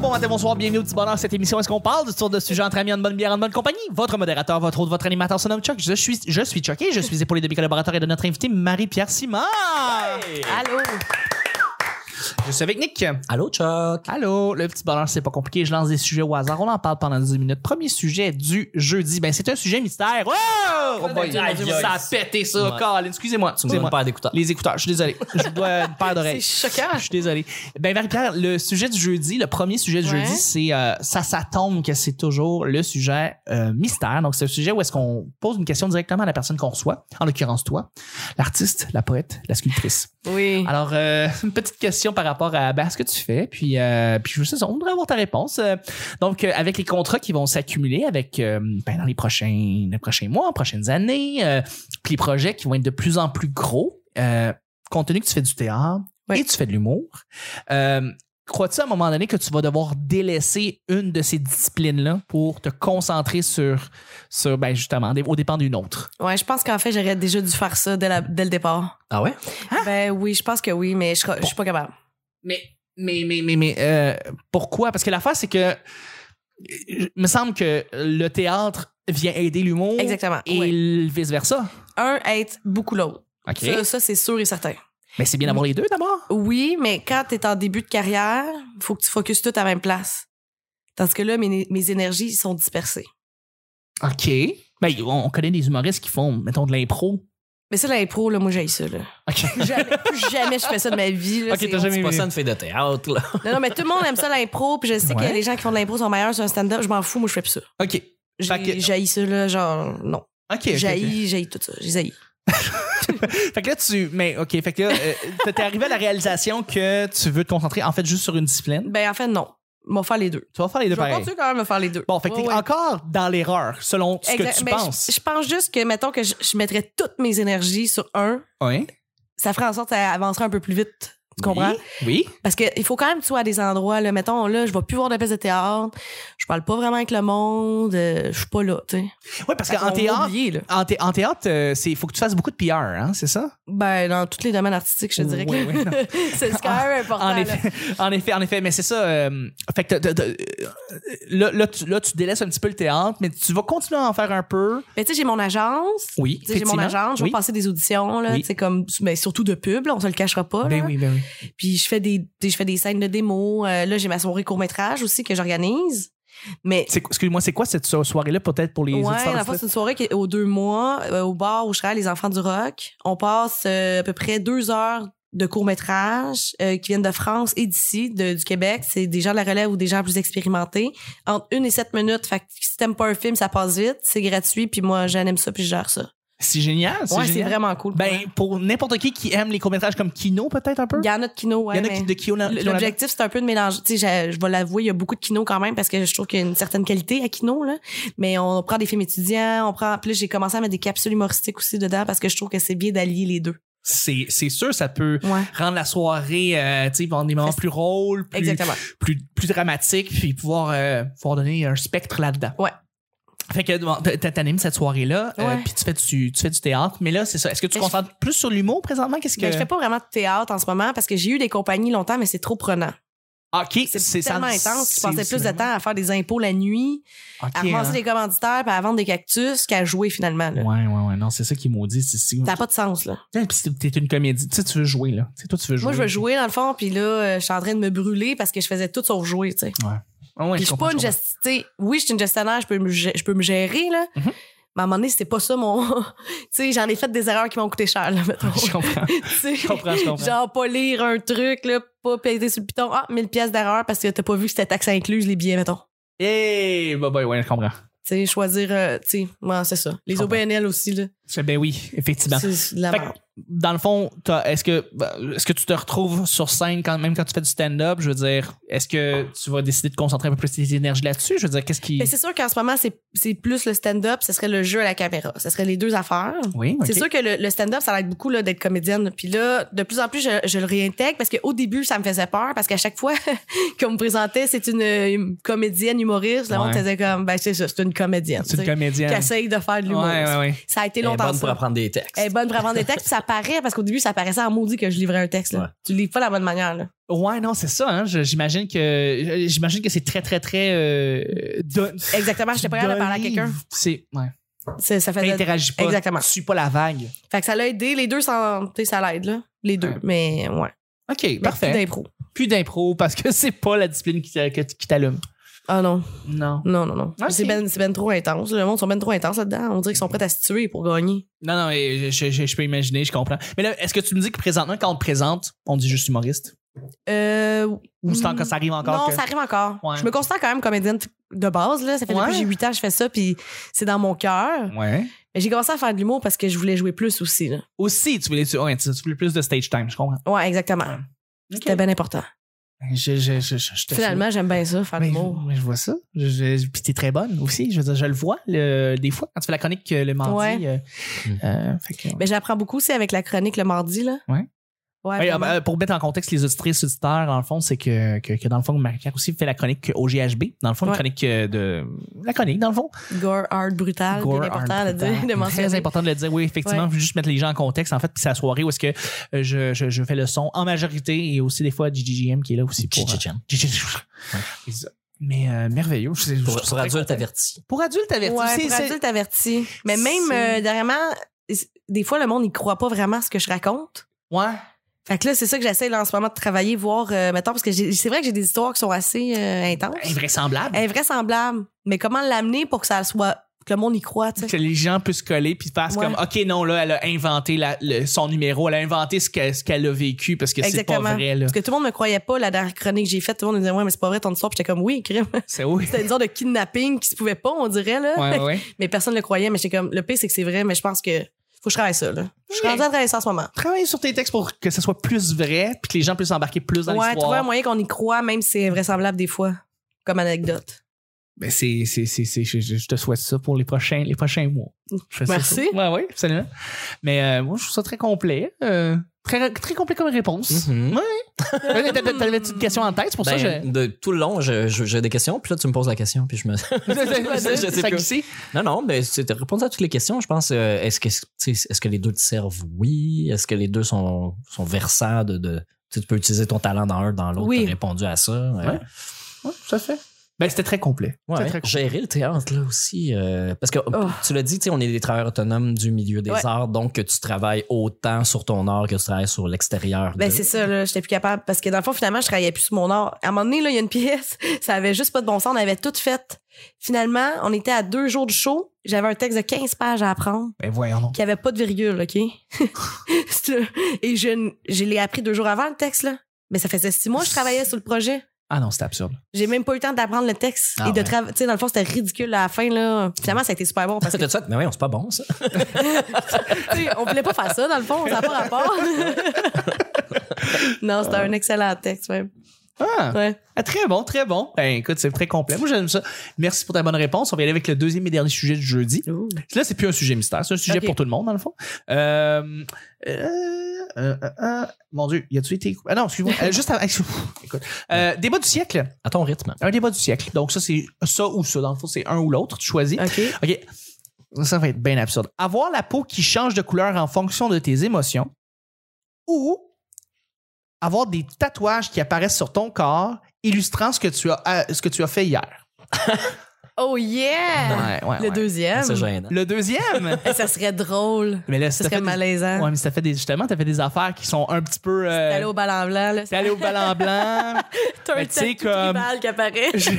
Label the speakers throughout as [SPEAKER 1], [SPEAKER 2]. [SPEAKER 1] bon matin, bonsoir, bienvenue au petit bonheur. Cette émission, est-ce qu'on parle du tour de sujet entre amis, en bonne bière, en bonne compagnie? Votre modérateur, votre hôte, votre animateur se nomme Chuck. Je suis, je suis Chuck et je suis épaulé de mes collaborateurs et de notre invité Marie-Pierre Simard.
[SPEAKER 2] Allô?
[SPEAKER 1] Je suis avec Nick.
[SPEAKER 3] Allô, Chuck?
[SPEAKER 1] Allô, le petit bonheur, c'est pas compliqué. Je lance des sujets au hasard. On en parle pendant 10 minutes. Premier sujet du jeudi. Ben, c'est un sujet mystère. Oh! Oh boy,
[SPEAKER 3] Aïe, aïe, aïe.
[SPEAKER 1] ça a pété ça,
[SPEAKER 3] Ouais.
[SPEAKER 1] Colin. Excusez-moi.
[SPEAKER 3] Tu me donnes
[SPEAKER 1] Excusez-moi.
[SPEAKER 3] une paire d'écouteurs.
[SPEAKER 1] Les écouteurs, je suis désolé. Je vous dois une paire d'oreilles.
[SPEAKER 2] C'est choquant.
[SPEAKER 1] Je suis désolé. Ben, Marie-Pierre, le sujet du jeudi, le premier sujet du
[SPEAKER 2] Ouais.
[SPEAKER 1] jeudi, c'est euh, ça, ça tombe que c'est toujours le sujet euh, mystère. Donc, c'est un sujet où est-ce qu'on pose une question directement à la personne qu'on reçoit, en l'occurrence toi, l'artiste, la poète, la sculptrice.
[SPEAKER 2] Oui.
[SPEAKER 1] Alors, euh, une petite question par rapport à ben, ce que tu fais, puis, euh, puis je sais, on voudrait avoir ta réponse. Euh, donc, euh, avec les contrats qui vont s'accumuler avec euh, ben, dans les prochains, les prochains mois, prochaines années, euh, puis les projets qui vont être de plus en plus gros, euh, compte tenu que tu fais du théâtre
[SPEAKER 2] Ouais.
[SPEAKER 1] et tu fais de l'humour, euh, crois-tu à un moment donné que tu vas devoir délaisser une de ces disciplines-là pour te concentrer sur, sur ben, justement, des- au dépend d'une autre?
[SPEAKER 2] Ouais, je pense qu'en fait, j'aurais déjà dû faire ça dès, la- dès le départ.
[SPEAKER 3] Ah ouais?
[SPEAKER 2] Ben oui, je pense que oui, mais je, je suis pas capable.
[SPEAKER 1] Mais, mais, mais, mais, mais, euh, pourquoi? Parce que l'affaire, c'est que, il me semble que le théâtre vient aider l'humour.
[SPEAKER 2] Exactement.
[SPEAKER 1] Et
[SPEAKER 2] ouais.
[SPEAKER 1] le vice-versa.
[SPEAKER 2] Un aide beaucoup l'autre.
[SPEAKER 1] OK.
[SPEAKER 2] Ça, ça, c'est sûr et certain.
[SPEAKER 1] Mais c'est bien d'avoir les deux d'abord.
[SPEAKER 2] Oui, mais quand t'es en début de carrière, faut que tu focuses tout à la même place. Tandis que là, mes, mes énergies sont dispersées.
[SPEAKER 1] OK. Ben, on on connaît des humoristes qui font, mettons, de l'impro.
[SPEAKER 2] Mais ça, l'impro, là, moi, j'ai ça, là.
[SPEAKER 1] OK.
[SPEAKER 2] Jamais, plus jamais je fais ça de ma vie, là.
[SPEAKER 1] Ok,
[SPEAKER 2] C'est-
[SPEAKER 1] t'as jamais
[SPEAKER 3] C'est pas
[SPEAKER 1] vu.
[SPEAKER 3] ça une fille de théâtre, là.
[SPEAKER 2] Non, non, mais tout le monde aime ça, l'impro, puis je sais
[SPEAKER 1] Ouais.
[SPEAKER 2] que les gens qui font de l'impro sont meilleurs sur un stand-up. Je m'en fous, moi, je fais plus ça.
[SPEAKER 1] OK. Fait que-
[SPEAKER 2] J'ai j'haïs ça, là, genre, non.
[SPEAKER 1] OK. ok, ok.
[SPEAKER 2] J'haïs, j'haïs tout ça. J'ai haï.
[SPEAKER 1] Fait que là, tu. Mais, OK. Fait que là, euh, t'es- t'es arrivé à la réalisation que tu veux te concentrer, en fait, juste sur une discipline.
[SPEAKER 2] Ben, en fait, non. M'en faire les deux.
[SPEAKER 1] Tu vas faire les deux
[SPEAKER 2] Je vais
[SPEAKER 1] pareils.
[SPEAKER 2] continuer quand même à faire les deux.
[SPEAKER 1] Bon, fait que
[SPEAKER 2] Ouais,
[SPEAKER 1] t'es
[SPEAKER 2] ouais.
[SPEAKER 1] encore dans l'erreur, selon ce
[SPEAKER 2] Exact.
[SPEAKER 1] que tu
[SPEAKER 2] Ben,
[SPEAKER 1] penses.
[SPEAKER 2] Je, je pense juste que, mettons, que je, je mettrais toutes mes énergies sur un,
[SPEAKER 1] Oui.
[SPEAKER 2] ça ferait en sorte que ça avancerait un peu plus vite. Tu comprends?
[SPEAKER 1] Oui.
[SPEAKER 2] Parce qu'il faut quand même que tu sois à des endroits, là, mettons, là, je vais plus voir de pièces de théâtre, je parle pas vraiment avec le monde, euh, je suis pas là, tu sais.
[SPEAKER 1] Oui, parce
[SPEAKER 2] Fait qu'on
[SPEAKER 1] qu'en
[SPEAKER 2] va
[SPEAKER 1] théâtre,
[SPEAKER 2] oublier, là.
[SPEAKER 1] En, thé- en théâtre, euh, c'est faut que tu fasses beaucoup de PR, hein, c'est ça?
[SPEAKER 2] Ben, dans tous les domaines artistiques, je te dirais
[SPEAKER 1] Oui,
[SPEAKER 2] que
[SPEAKER 1] oui, non.
[SPEAKER 2] c'est c'est quand même important.
[SPEAKER 1] En
[SPEAKER 2] Ah, ben là.
[SPEAKER 1] effet, en effet, en effet, mais c'est ça. euh, fait que t'as- t'as- t'as- euh, là, là, tu, là, tu délaisses un petit peu le théâtre, mais tu vas continuer à en faire un peu.
[SPEAKER 2] Mais tu sais, j'ai mon agence.
[SPEAKER 1] Oui,
[SPEAKER 2] Tu sais, J'ai mon
[SPEAKER 1] effectivement.
[SPEAKER 2] agence, je vais
[SPEAKER 1] Oui.
[SPEAKER 2] passer des auditions, là,
[SPEAKER 1] Oui.
[SPEAKER 2] tu sais, comme, mais surtout de pub, là, on se le cachera pas. là.
[SPEAKER 1] ben oui.
[SPEAKER 2] Puis je fais des, tu sais, je fais des scènes de démo. Euh, là, j'ai ma soirée court-métrage aussi que j'organise. Mais
[SPEAKER 1] C'est- Excuse-moi, c'est quoi cette so- soirée-là, peut-être pour les
[SPEAKER 2] ouais,
[SPEAKER 1] auditeurs?
[SPEAKER 2] dans le fond, c'est une soirée qui est aux deux mois, euh, au bar où je travaille, les enfants du rock. On passe euh, à peu près deux heures de court-métrage euh, qui viennent de France et d'ici, de- du Québec. C'est des gens de la relève ou des gens plus expérimentés. Entre une et sept minutes. Fait que si t'aimes pas un film, ça passe vite. C'est gratuit. Puis moi, j'aime ça puis je gère ça.
[SPEAKER 1] C'est génial, c'est
[SPEAKER 2] Ouais, c'est
[SPEAKER 1] génial.
[SPEAKER 2] vraiment cool. hein.
[SPEAKER 1] Ben, pour n'importe qui qui aime les courts-métrages comme Kino, peut-être un peu?
[SPEAKER 2] il y en a de kino, ouais.
[SPEAKER 1] Il y en a
[SPEAKER 2] mais-
[SPEAKER 1] qui- de Kino.
[SPEAKER 2] L- L'objectif, c'est un peu de mélanger. Tu sais, j'ai- je vais l'avouer, il y a beaucoup de kino quand même parce que je trouve qu'il y a une certaine qualité à kino, là. Mais on prend des films étudiants, on prend. Puis là, j'ai commencé à mettre des capsules humoristiques aussi dedans parce que je trouve que c'est bien d'allier les deux.
[SPEAKER 1] C'est c'est sûr, ça peut
[SPEAKER 2] Ouais.
[SPEAKER 1] rendre la soirée, euh, tu sais, dans des moments plus rôles, plus,
[SPEAKER 2] Exactement.
[SPEAKER 1] plus, plus dramatique, puis pouvoir, euh, pouvoir donner un spectre là-dedans.
[SPEAKER 2] Ouais.
[SPEAKER 1] Fait que bon, t'a- t'a- t'animes cette soirée-là, euh,
[SPEAKER 2] Ouais.
[SPEAKER 1] puis tu fais, du, tu fais du théâtre, mais là, c'est ça. Est-ce que tu te
[SPEAKER 2] Mais je-
[SPEAKER 1] concentres plus sur l'humour présentement? Qu'est-ce que.
[SPEAKER 2] Ben, je fais pas vraiment de théâtre en ce moment parce que j'ai eu des compagnies longtemps, mais c'est trop prenant.
[SPEAKER 1] Ah, Ok,
[SPEAKER 2] C'est
[SPEAKER 1] ça-
[SPEAKER 2] tellement intense. Je passais
[SPEAKER 1] c'est-
[SPEAKER 2] plus de temps à faire des impôts la nuit,
[SPEAKER 1] Ok,
[SPEAKER 2] à ramasser
[SPEAKER 1] hein.
[SPEAKER 2] des commanditaires, puis à vendre des cactus qu'à jouer finalement. Là.
[SPEAKER 1] Ouais, ouais, ouais. Non, c'est ça qui maudit. C'est, c'est...
[SPEAKER 2] Ça n'a pas de sens, là.
[SPEAKER 1] Putain, puis c'est- T'es une comédie. Tu sais, tu veux jouer, là. Tu sais, toi, tu veux jouer.
[SPEAKER 2] Moi, je veux jouer dans le fond, puis là, euh, je suis en train de me brûler parce que je faisais tout sauf jouer, tu sais.
[SPEAKER 1] Ah ouais,
[SPEAKER 2] Puis je suis
[SPEAKER 1] comprends,
[SPEAKER 2] pas une
[SPEAKER 1] comprends.
[SPEAKER 2] gesti- tu sais, Oui, je suis une gestionnaire, je peux me, gé- je peux me gérer, là.
[SPEAKER 1] Mhm.
[SPEAKER 2] Mais à un moment donné, c'était pas ça mon. tu sais, j'en ai fait des erreurs qui m'ont coûté cher, là, mettons.
[SPEAKER 1] Je comprends.
[SPEAKER 2] Tu sais,
[SPEAKER 1] Je comprends, je comprends.
[SPEAKER 2] Genre, pas lire un truc, là, pas péter sur le piton. Ah, 1000 pièces d'erreur parce que t'as pas vu que c'était taxe incluse, les billets, mettons.
[SPEAKER 1] Eh, bah, bah, ouais, je comprends.
[SPEAKER 2] Tu sais, choisir. euh, tu sais, ouais, c'est ça. Les
[SPEAKER 1] comprends.
[SPEAKER 2] OBNL aussi, là.
[SPEAKER 1] C'est- Ben oui, effectivement.
[SPEAKER 2] C'est de la
[SPEAKER 1] Fait que,
[SPEAKER 2] merde.
[SPEAKER 1] dans le fond, t'as- est-ce que, ben, est-ce que tu te retrouves sur scène quand même quand tu fais du stand-up? Je veux dire, est-ce que tu vas décider de concentrer un peu plus tes énergies là-dessus? Je veux dire, qu'est-ce qui.
[SPEAKER 2] Mais c'est sûr qu'en ce moment, c'est- c'est plus le stand-up, ce serait le jeu à la caméra. Ce serait les deux affaires.
[SPEAKER 1] Oui, ok.
[SPEAKER 2] C'est sûr que le, le stand-up, ça aide beaucoup là, d'être comédienne. Puis là, de plus en plus, je, je le réintègre parce qu'au début, ça me faisait peur parce qu'à chaque fois qu'on me présentait, c'est une, une comédienne humoriste, là, on
[SPEAKER 1] Ouais.
[SPEAKER 2] faisait comme, ben c'est ça, c'est une comédienne.
[SPEAKER 1] C'est
[SPEAKER 2] tu
[SPEAKER 1] une
[SPEAKER 2] sais, Qui
[SPEAKER 1] comédienne.
[SPEAKER 2] essaye de faire de l'humour.
[SPEAKER 1] Ouais, ouais, ouais.
[SPEAKER 2] Ça a été
[SPEAKER 3] Elle est
[SPEAKER 2] longtemps
[SPEAKER 3] bonne
[SPEAKER 2] ça.
[SPEAKER 3] pour apprendre des textes.
[SPEAKER 2] Elle est bonne pour apprendre des textes, puis ça paraît, parce qu'au début, ça paraissait en maudit que je livrais un texte. là.
[SPEAKER 3] Ouais.
[SPEAKER 2] Tu livres pas de la bonne manière. Là.
[SPEAKER 1] Ouais, non, c'est ça. Hein. Je- J'imagine que j'imagine que c'est très, très, très. Euh, don-
[SPEAKER 2] Exactement, j'étais Ah, pas capable de parler à quelqu'un.
[SPEAKER 1] C'est. Ouais.
[SPEAKER 2] C'est- Ça faisait.
[SPEAKER 1] T'interagis pas.
[SPEAKER 2] Exactement.
[SPEAKER 1] Tu suis pas la vague.
[SPEAKER 2] Fait que ça l'a aidé. Les deux, ça, tu sais, ça l'aide, là. Les deux.
[SPEAKER 1] Ouais.
[SPEAKER 2] Mais ouais.
[SPEAKER 1] OK,
[SPEAKER 2] Mais
[SPEAKER 1] parfait.
[SPEAKER 2] plus d'impro.
[SPEAKER 1] Plus d'impro parce que c'est pas la discipline qui t'a- que- qui t'allume.
[SPEAKER 2] Ah non.
[SPEAKER 1] Non.
[SPEAKER 2] Non, non, non.
[SPEAKER 1] Ok.
[SPEAKER 2] C'est ben, c'est ben trop intense. Le monde sont ben trop intense là-dedans. On dirait qu'ils sont prêts à se tuer pour gagner.
[SPEAKER 1] Non, non, et je, je- je peux imaginer, je comprends. Mais là, est-ce que tu me dis que présentement, quand on te présente, on dit juste humoriste?
[SPEAKER 2] Euh,
[SPEAKER 1] Ou c'est
[SPEAKER 2] Hmm.
[SPEAKER 1] encore, ça arrive encore?
[SPEAKER 2] non,
[SPEAKER 1] que-
[SPEAKER 2] ça arrive encore.
[SPEAKER 1] Ouais.
[SPEAKER 2] Je me considère quand même comédienne de base. Là. Ça fait
[SPEAKER 1] Ouais.
[SPEAKER 2] depuis que j'ai 8 ans que je fais ça, puis c'est dans mon cœur.
[SPEAKER 1] Ouais.
[SPEAKER 2] Mais j'ai commencé à faire de l'humour parce que je voulais jouer plus aussi. Là.
[SPEAKER 1] Aussi, tu voulais, tu, ouais, tu- tu voulais plus de stage time, je comprends.
[SPEAKER 2] Ouais, exactement. C'était bien important.
[SPEAKER 1] Je, je, je, je, je te
[SPEAKER 2] Finalement, j'aime bien ça, faire de
[SPEAKER 1] Mais
[SPEAKER 2] l'humour.
[SPEAKER 1] je, mais je vois ça. Je, je- puis t'es très bonne aussi. Je veux dire, je le vois le- des fois quand tu fais la chronique euh, le mardi.
[SPEAKER 2] Ouais. Ben,
[SPEAKER 1] euh, euh, fait que-
[SPEAKER 2] Mais j'apprends beaucoup aussi avec la chronique le mardi. Là.
[SPEAKER 1] Ouais.
[SPEAKER 2] Ouais,
[SPEAKER 1] Ouais,
[SPEAKER 2] vraiment.
[SPEAKER 1] euh, pour mettre en contexte les auditrices auditeurs, dans le fond, c'est que, que, que dans le fond, Marie-Claire aussi fait la chronique au GHB. Dans le fond, une
[SPEAKER 2] Ouais.
[SPEAKER 1] chronique euh, de. La chronique, dans le fond.
[SPEAKER 2] Gore, hard, brutal.
[SPEAKER 1] euh, Gore,
[SPEAKER 2] bien important
[SPEAKER 1] hard,
[SPEAKER 2] de, dire, de
[SPEAKER 1] brutal.
[SPEAKER 2] mentionner.
[SPEAKER 1] Très important de le dire, oui, effectivement.
[SPEAKER 2] Ouais.
[SPEAKER 1] faut Juste mettre les gens en contexte, en fait, puis c'est la soirée où est-ce que euh, je, je, je fais le son en majorité et aussi des fois GGGM qui est là aussi pour. euh,
[SPEAKER 3] Chichichen.
[SPEAKER 1] GGGM.
[SPEAKER 3] Ouais.
[SPEAKER 1] Mais, euh, Mais euh, merveilleux. Je- je-
[SPEAKER 3] Pour,
[SPEAKER 1] je-
[SPEAKER 3] pour adulte averti.
[SPEAKER 1] Pour adulte averti.
[SPEAKER 2] Ouais,
[SPEAKER 1] C'est-
[SPEAKER 2] pour
[SPEAKER 1] c'est-
[SPEAKER 2] adulte averti. Mais même,
[SPEAKER 1] c'est-
[SPEAKER 2] euh, dernièrement, c'est- des fois, le monde, il croit pas vraiment à ce que je raconte.
[SPEAKER 1] Ouais.
[SPEAKER 2] Fait que là, c'est ça que j'essaie là, en ce moment de travailler, voir, euh, mettons, parce que j'ai- c'est vrai que j'ai des histoires qui sont assez euh,
[SPEAKER 1] Ben,
[SPEAKER 2] intenses.
[SPEAKER 1] Invraisemblable.
[SPEAKER 2] Invraisemblables. Mais comment l'amener pour que ça soit. que le monde y croit, tu sais?
[SPEAKER 1] que les gens puissent coller puis fassent
[SPEAKER 2] Ouais.
[SPEAKER 1] comme OK non là elle a inventé la- le- son numéro elle a inventé ce qu'elle ce qu'elle a vécu parce que c'est pas
[SPEAKER 2] Exactement.
[SPEAKER 1] vrai là
[SPEAKER 2] Parce que tout le monde me croyait pas, la dernière chronique que j'ai faite, tout le monde me disait, ouais, mais c'est pas vrai ton histoire, Puis j'étais comme, oui, crime.
[SPEAKER 1] c'est oui
[SPEAKER 2] C'était une sorte de kidnapping qui se pouvait pas, on dirait, là.
[SPEAKER 1] ouais ouais
[SPEAKER 2] Mais personne le croyait, mais j'étais comme, le pire, c'est que c'est vrai, mais je pense que faut que je travaille ça, là. Je suis
[SPEAKER 1] Ouais.
[SPEAKER 2] rendue à travailler ça en ce moment.
[SPEAKER 1] travaille sur tes textes pour que ça soit plus vrai puis que les gens puissent embarquer plus dans
[SPEAKER 2] Ouais, trouver un
[SPEAKER 1] l'histoire
[SPEAKER 2] moyen qu'on y croit, même si c'est invraisemblable des fois, comme anecdote.
[SPEAKER 1] ben c'est c'est c'est c'est- je, je- je te souhaite ça pour les prochains les prochains mois Je fais ça,
[SPEAKER 2] Merci.
[SPEAKER 1] ça. ouais ouais absolument mais euh, moi je trouve ça très complet euh, très très complet comme réponse
[SPEAKER 3] Mhm.
[SPEAKER 1] Ouais, t'a- t'a- t'avais-tu une question en tête c'est pour ça
[SPEAKER 3] Ben,
[SPEAKER 1] je
[SPEAKER 3] de, tout le long, je- je- j'ai des questions, puis là, tu me poses la question, puis je me. je sais
[SPEAKER 1] ça
[SPEAKER 3] plus.
[SPEAKER 1] glissait.
[SPEAKER 3] Non, non, mais c'est de répondre à toutes les questions. Je pense, euh, est-ce que, tu sais, est-ce que les deux te servent? Oui. Est-ce que les deux sont, sont versants de. de- tu sais, tu peux utiliser ton talent dans un, dans l'autre.
[SPEAKER 2] Oui.
[SPEAKER 3] T'as répondu à ça. Euh,
[SPEAKER 1] Ouais. Ouais, tout à fait ben c'était très complet
[SPEAKER 3] Ouais,
[SPEAKER 1] C'était très complet.
[SPEAKER 3] gérer le théâtre là aussi euh, parce que
[SPEAKER 2] Oh.
[SPEAKER 3] tu l'as dit tu sais, on est des travailleurs autonomes du milieu des
[SPEAKER 2] Ouais.
[SPEAKER 3] arts donc que tu travailles autant sur ton art que tu travailles sur l'extérieur
[SPEAKER 2] Ben,
[SPEAKER 3] de-
[SPEAKER 2] c'est ça, là. J'étais plus capable. Parce que dans le fond, finalement, je travaillais plus sur mon art. À un moment donné, là, il y a une pièce. Ça avait juste pas de bon sens. On avait tout fait. Finalement, on était à deux jours du show. J'avais un texte de 15 pages à apprendre
[SPEAKER 1] ben voyons donc
[SPEAKER 2] qui avait pas de virgule, OK? C'est- Et je, n- je l'ai appris deux jours avant, le texte, là. Mais ça faisait six mois que je travaillais sur le projet.
[SPEAKER 1] ah non c'était absurde
[SPEAKER 2] J'ai même pas eu le temps d'apprendre le texte.
[SPEAKER 3] Ah
[SPEAKER 2] et de
[SPEAKER 3] ouais.
[SPEAKER 2] travailler. Tu sais, dans le fond, c'était ridicule là, à la fin, là. Finalement, ça a été super bon parce que,
[SPEAKER 3] T'as-tu fait? mais oui, c'est pas bon ça.
[SPEAKER 2] tu sais, on voulait pas faire ça, dans le fond. Ça n'a pas rapport. non, c'était un excellent texte, même.
[SPEAKER 1] ah
[SPEAKER 2] Ouais.
[SPEAKER 1] Ah, très bon, très bon. Ben, écoute, c'est très complet. Moi, j'aime ça. Merci pour ta bonne réponse. On va y aller avec le deuxième et dernier sujet du jeudi. Là, c'est plus un sujet mystère. C'est un sujet
[SPEAKER 2] Ok.
[SPEAKER 1] pour tout le monde, dans le fond. Euh, euh, euh, euh, mon Dieu, y a-tu été. Ah non, excuse-moi. Euh, juste avant. Écoute. Euh, débat du siècle.
[SPEAKER 3] À ton rythme.
[SPEAKER 1] Un débat du siècle. Donc, ça, c'est ça ou ça. Dans le fond, c'est un ou l'autre. Tu choisis.
[SPEAKER 2] OK.
[SPEAKER 1] OK. Ça va être bien absurde. Avoir la peau qui change de couleur en fonction de tes émotions ou avoir des tatouages qui apparaissent sur ton corps illustrant ce que tu as, euh, ce que tu as fait hier.
[SPEAKER 2] Oh yeah!
[SPEAKER 1] Ouais, ouais,
[SPEAKER 2] Le
[SPEAKER 1] ouais.
[SPEAKER 2] deuxième.
[SPEAKER 3] C'est gênant.
[SPEAKER 1] Le deuxième.
[SPEAKER 2] Eh, ça serait drôle.
[SPEAKER 1] mais là,
[SPEAKER 2] Ça
[SPEAKER 1] ça
[SPEAKER 2] serait
[SPEAKER 1] fait des...
[SPEAKER 2] malaisant.
[SPEAKER 1] Ouais, mais ça fait des... justement, t'as fait des affaires qui sont un petit peu. euh,
[SPEAKER 2] Aller au bal en blanc, là.
[SPEAKER 1] T'es allé au bal en blanc.
[SPEAKER 2] T'as un
[SPEAKER 1] Mais tu sais,
[SPEAKER 2] tatou
[SPEAKER 1] comme-
[SPEAKER 2] tribal qui apparaît.
[SPEAKER 1] Je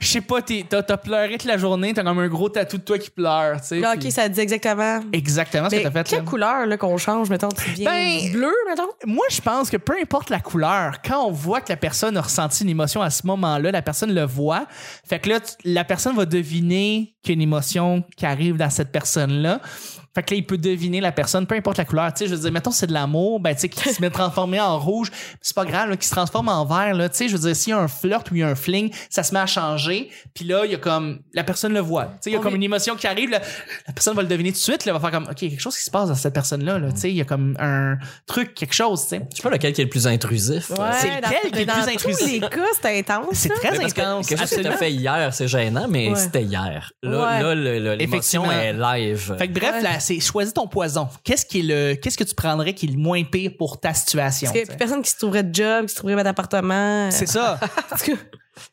[SPEAKER 1] je sais pas, t'es- t'as t'as pleuré toute la journée, t'as comme un gros tatou de toi qui pleure, tu sais.
[SPEAKER 2] Là,
[SPEAKER 1] puis-
[SPEAKER 2] OK, ça dit exactement.
[SPEAKER 1] Exactement ce
[SPEAKER 2] Mais
[SPEAKER 1] que t'as fait.
[SPEAKER 2] quelle
[SPEAKER 1] là.
[SPEAKER 2] couleur là, qu'on change, mettons, tu viens
[SPEAKER 1] Ben-
[SPEAKER 2] bleu, mettons?
[SPEAKER 1] Moi, je pense que peu importe la couleur, quand on voit que la personne a ressenti une émotion à ce moment-là, la personne le voit. Fait que là, tu- la personne va deviner qu'il y a une émotion qui arrive dans cette personne-là. Fait que là, il peut deviner la personne, peu importe la couleur. Tu sais, je veux dire, mettons, c'est de l'amour, ben, tu sais, qui se met transformé en rouge, c'est pas grave, là, qui se transforme en vert, là. Tu sais, je veux dire, s'il y a un flirt ou il y a un fling, ça se met à changer. Puis là, il y a comme, la personne le voit. Tu sais, il y a
[SPEAKER 2] Oh,
[SPEAKER 1] comme
[SPEAKER 2] mais-
[SPEAKER 1] une émotion qui arrive, là, la personne va le deviner tout de suite, là, va faire comme, OK, il y a quelque chose qui se passe dans cette personne-là, là. Tu sais, il y a comme un truc, quelque chose, tu sais.
[SPEAKER 3] Je sais pas lequel qui est le plus intrusif. Euh,
[SPEAKER 1] c'est lequel qui est le
[SPEAKER 2] dans
[SPEAKER 1] plus intrusif?
[SPEAKER 2] tous les cas, c'est intense.
[SPEAKER 1] C'est
[SPEAKER 2] là.
[SPEAKER 1] très
[SPEAKER 3] mais parce que
[SPEAKER 1] intense.
[SPEAKER 3] quelque chose que t'as
[SPEAKER 1] absolument.
[SPEAKER 3] fait hier, c'est gênant, mais
[SPEAKER 2] Ouais.
[SPEAKER 3] c'était hier. Là,
[SPEAKER 2] Ouais.
[SPEAKER 3] là, le- le- l'émotion
[SPEAKER 1] Effectivement.
[SPEAKER 3] est live.
[SPEAKER 1] Fait que bref,
[SPEAKER 2] Ouais.
[SPEAKER 1] la, c'est choisis ton poison. Qu'est-ce qui est le, qu'est-ce que tu prendrais qui est le moins pire pour ta situation?
[SPEAKER 2] Parce qu'il y a
[SPEAKER 1] tu
[SPEAKER 2] plus
[SPEAKER 1] sais?
[SPEAKER 2] personne qui se trouverait de job, qui se trouverait d'appartement.
[SPEAKER 1] C'est ça.
[SPEAKER 2] En tout cas,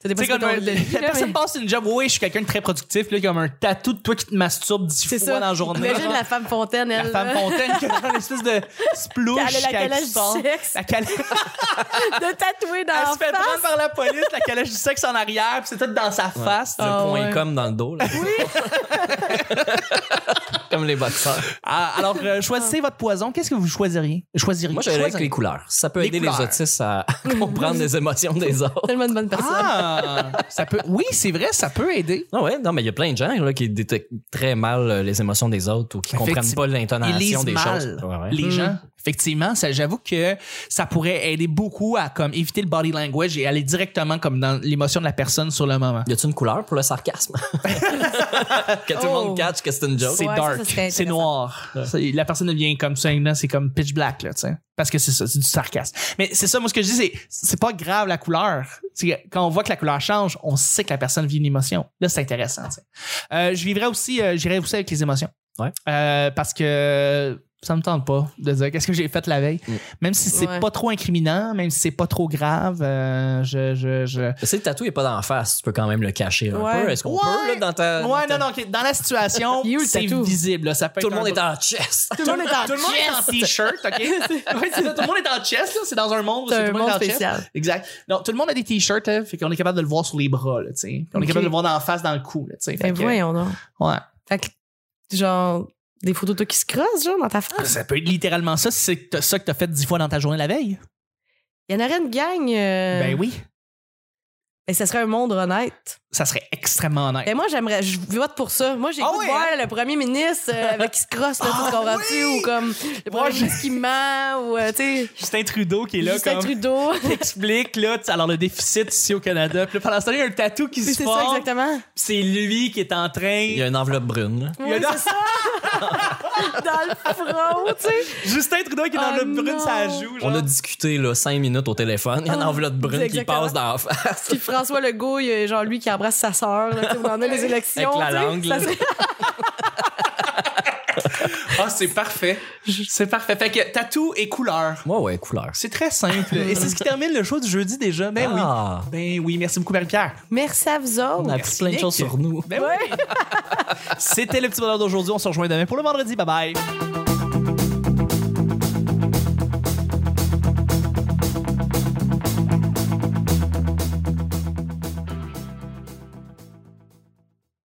[SPEAKER 2] ça dépend
[SPEAKER 1] Tu sais,
[SPEAKER 2] pas
[SPEAKER 1] comme un- la personne passe une job, oui, je suis quelqu'un de très productif, là, comme un tatou de toi qui te masturbe dix fois
[SPEAKER 2] C'est ça.
[SPEAKER 1] dans la journée.
[SPEAKER 2] Imagine la femme fontaine,
[SPEAKER 1] La
[SPEAKER 2] elle.
[SPEAKER 1] femme
[SPEAKER 2] là.
[SPEAKER 1] fontaine qui a une espèce de splouche
[SPEAKER 2] Elle a la
[SPEAKER 1] qu'elle
[SPEAKER 2] calèche du
[SPEAKER 1] sort.
[SPEAKER 2] sexe.
[SPEAKER 1] La calèche-
[SPEAKER 2] euh, De tatouer dans
[SPEAKER 1] elle
[SPEAKER 2] la
[SPEAKER 1] se fait prendre
[SPEAKER 2] face.
[SPEAKER 1] par la police, la calèche du sexe en arrière, puis c'est tout dans sa face.
[SPEAKER 3] Le
[SPEAKER 2] Ah
[SPEAKER 3] point
[SPEAKER 2] ouais.
[SPEAKER 3] com dans le dos, là. Comme les boxeurs.
[SPEAKER 1] Ah, alors, euh, choisissez votre poison. Qu'est-ce que vous choisiriez? Choisiriez.
[SPEAKER 3] Moi, j'allais avec
[SPEAKER 1] Choisiriez.
[SPEAKER 3] les couleurs. Ça peut
[SPEAKER 1] Les
[SPEAKER 3] aider
[SPEAKER 1] couleurs.
[SPEAKER 3] les autistes à comprendre les émotions des autres.
[SPEAKER 2] Tellement de bonnes personnes.
[SPEAKER 1] Ah, ça peut. Oui, c'est vrai, ça peut aider.
[SPEAKER 3] Non, ouais, non, mais il y a plein de gens là, qui détectent très mal euh, les émotions des autres ou qui comprennent
[SPEAKER 1] Effectivement.
[SPEAKER 3] pas
[SPEAKER 1] Ils lisent
[SPEAKER 3] l'intonation des
[SPEAKER 1] mal
[SPEAKER 3] choses. Ouais, ouais.
[SPEAKER 1] les
[SPEAKER 2] Mm.
[SPEAKER 1] gens. Effectivement, ça, j'avoue que ça pourrait aider beaucoup à comme éviter le body language et aller directement comme dans l'émotion de la personne sur le moment.
[SPEAKER 3] Y a-t-il une couleur pour le sarcasme? que tout le
[SPEAKER 2] Oh.
[SPEAKER 3] monde catch que c'est une joke.
[SPEAKER 1] C'est
[SPEAKER 2] Ouais, ça,
[SPEAKER 1] dark,
[SPEAKER 2] ça serait
[SPEAKER 1] c'est
[SPEAKER 2] intéressant.
[SPEAKER 1] noir. C'est- La personne devient comme ça, là, c'est comme pitch black, là, tu sais. Parce que c'est ça, c'est du sarcasme. Mais c'est ça, moi, ce que je dis, c'est, c'est pas grave la couleur. C'est que quand on voit que la couleur change, on sait que la personne vit une émotion. Là, c'est intéressant, tu sais. Euh, je vivrais aussi, euh, j'irais aussi avec les émotions.
[SPEAKER 3] Ouais.
[SPEAKER 1] Euh, parce que ça me tente pas de dire qu'est-ce que j'ai fait la veille.
[SPEAKER 3] Mm.
[SPEAKER 1] Même si c'est
[SPEAKER 2] Ouais.
[SPEAKER 1] pas trop incriminant, même si c'est pas trop grave, euh, je, je, je,
[SPEAKER 3] Si le tatou est pas dans la face, tu peux quand même le cacher un
[SPEAKER 2] Ouais.
[SPEAKER 3] peu. Est-ce qu'on
[SPEAKER 1] Ouais.
[SPEAKER 3] peut là, dans ta. dans
[SPEAKER 1] Ouais,
[SPEAKER 3] ta-
[SPEAKER 1] non, non, ok. dans la situation,
[SPEAKER 2] Il y a eu le
[SPEAKER 1] c'est
[SPEAKER 2] tatou.
[SPEAKER 1] visible. là. Ça peut
[SPEAKER 3] Tout le
[SPEAKER 1] être
[SPEAKER 3] monde
[SPEAKER 1] un-
[SPEAKER 3] est en chest.
[SPEAKER 1] Tout le monde est en,
[SPEAKER 2] chest.
[SPEAKER 1] t-shirt, OK? Ouais, c'est ça, tout le monde est en chest, là. C'est dans un monde. où
[SPEAKER 2] C'est
[SPEAKER 1] c'est
[SPEAKER 2] un
[SPEAKER 1] tout le monde
[SPEAKER 2] monde
[SPEAKER 1] est en chest.
[SPEAKER 2] spécial.
[SPEAKER 1] Exact. Non, tout le monde a des t-shirts, hein, fait qu'on est capable de le voir sur les bras, là, tu sais. Puis On est
[SPEAKER 2] Ok.
[SPEAKER 1] capable de le voir dans la face, dans le cou, là, tu sais. Fait
[SPEAKER 2] Mais
[SPEAKER 1] que-
[SPEAKER 2] voyons donc.
[SPEAKER 1] ouais.
[SPEAKER 2] Fait que, genre, des photos de toi qui se crossent, genre, dans ta face.
[SPEAKER 1] Ça peut être littéralement ça, si c'est que t'as- ça que t'as fait dix fois dans ta journée la veille.
[SPEAKER 2] Il y en aurait une gang. euh,
[SPEAKER 1] Ah. Ben oui.
[SPEAKER 2] Mais ça serait un monde honnête.
[SPEAKER 1] Ça serait extrêmement honnête.
[SPEAKER 2] Mais moi, j'aimerais. Je vote pour ça. Moi, j'ai
[SPEAKER 1] Ben Ah
[SPEAKER 2] goût
[SPEAKER 1] ouais,
[SPEAKER 2] de voir le premier ministre euh, avec qui se crosse, là,
[SPEAKER 1] Ah
[SPEAKER 2] tout comprends-tu,
[SPEAKER 1] oui!
[SPEAKER 2] ou comme le
[SPEAKER 1] Moi,
[SPEAKER 2] premier
[SPEAKER 1] je-
[SPEAKER 2] ministre qui ment, ou, euh, tu sais,
[SPEAKER 1] Justin Trudeau qui est là,
[SPEAKER 2] Justin
[SPEAKER 1] comme.
[SPEAKER 2] Trudeau.
[SPEAKER 1] qui explique, là, tu sais, alors le déficit ici au Canada. Puis là, pendant ce temps il y a un tatou qui se
[SPEAKER 2] C'est ça,
[SPEAKER 1] forme.
[SPEAKER 2] exactement.
[SPEAKER 1] C'est lui qui est en train.
[SPEAKER 3] Il y a une enveloppe brune. là.
[SPEAKER 1] Il y a
[SPEAKER 2] Oui,
[SPEAKER 1] dans-
[SPEAKER 2] c'est ça. dans le front, tu sais.
[SPEAKER 1] Justin Trudeau qui est dans
[SPEAKER 2] Oh
[SPEAKER 1] le brune, ça
[SPEAKER 2] non.
[SPEAKER 1] joue. Genre.
[SPEAKER 3] On a discuté là, cinq minutes au téléphone. Il y a une
[SPEAKER 2] Ah,
[SPEAKER 3] enveloppe brune qui
[SPEAKER 2] exactement.
[SPEAKER 3] passe dans la face.
[SPEAKER 2] Puis François Legault, il y a genre lui qui embrasse sa sœur, là, tu sais, on en a les élections.
[SPEAKER 3] Avec la
[SPEAKER 2] tu sais.
[SPEAKER 3] langue,
[SPEAKER 2] Ça
[SPEAKER 3] là.
[SPEAKER 2] serait-
[SPEAKER 1] Ah, c'est parfait. C'est parfait. Fait que tatou et couleur.
[SPEAKER 3] Moi, ouais, couleur.
[SPEAKER 1] C'est très simple. et c'est ce qui termine le show du jeudi déjà. Ben
[SPEAKER 3] Ah.
[SPEAKER 1] oui. Ben oui, merci beaucoup, Marie-Pierre.
[SPEAKER 2] Merci à vous autres.
[SPEAKER 3] On a
[SPEAKER 1] Merci,
[SPEAKER 3] appris plein de
[SPEAKER 1] Nick.
[SPEAKER 3] choses sur nous.
[SPEAKER 1] Ben oui. C'était le petit bonheur d'aujourd'hui. On se rejoint demain pour le vendredi. Bye bye.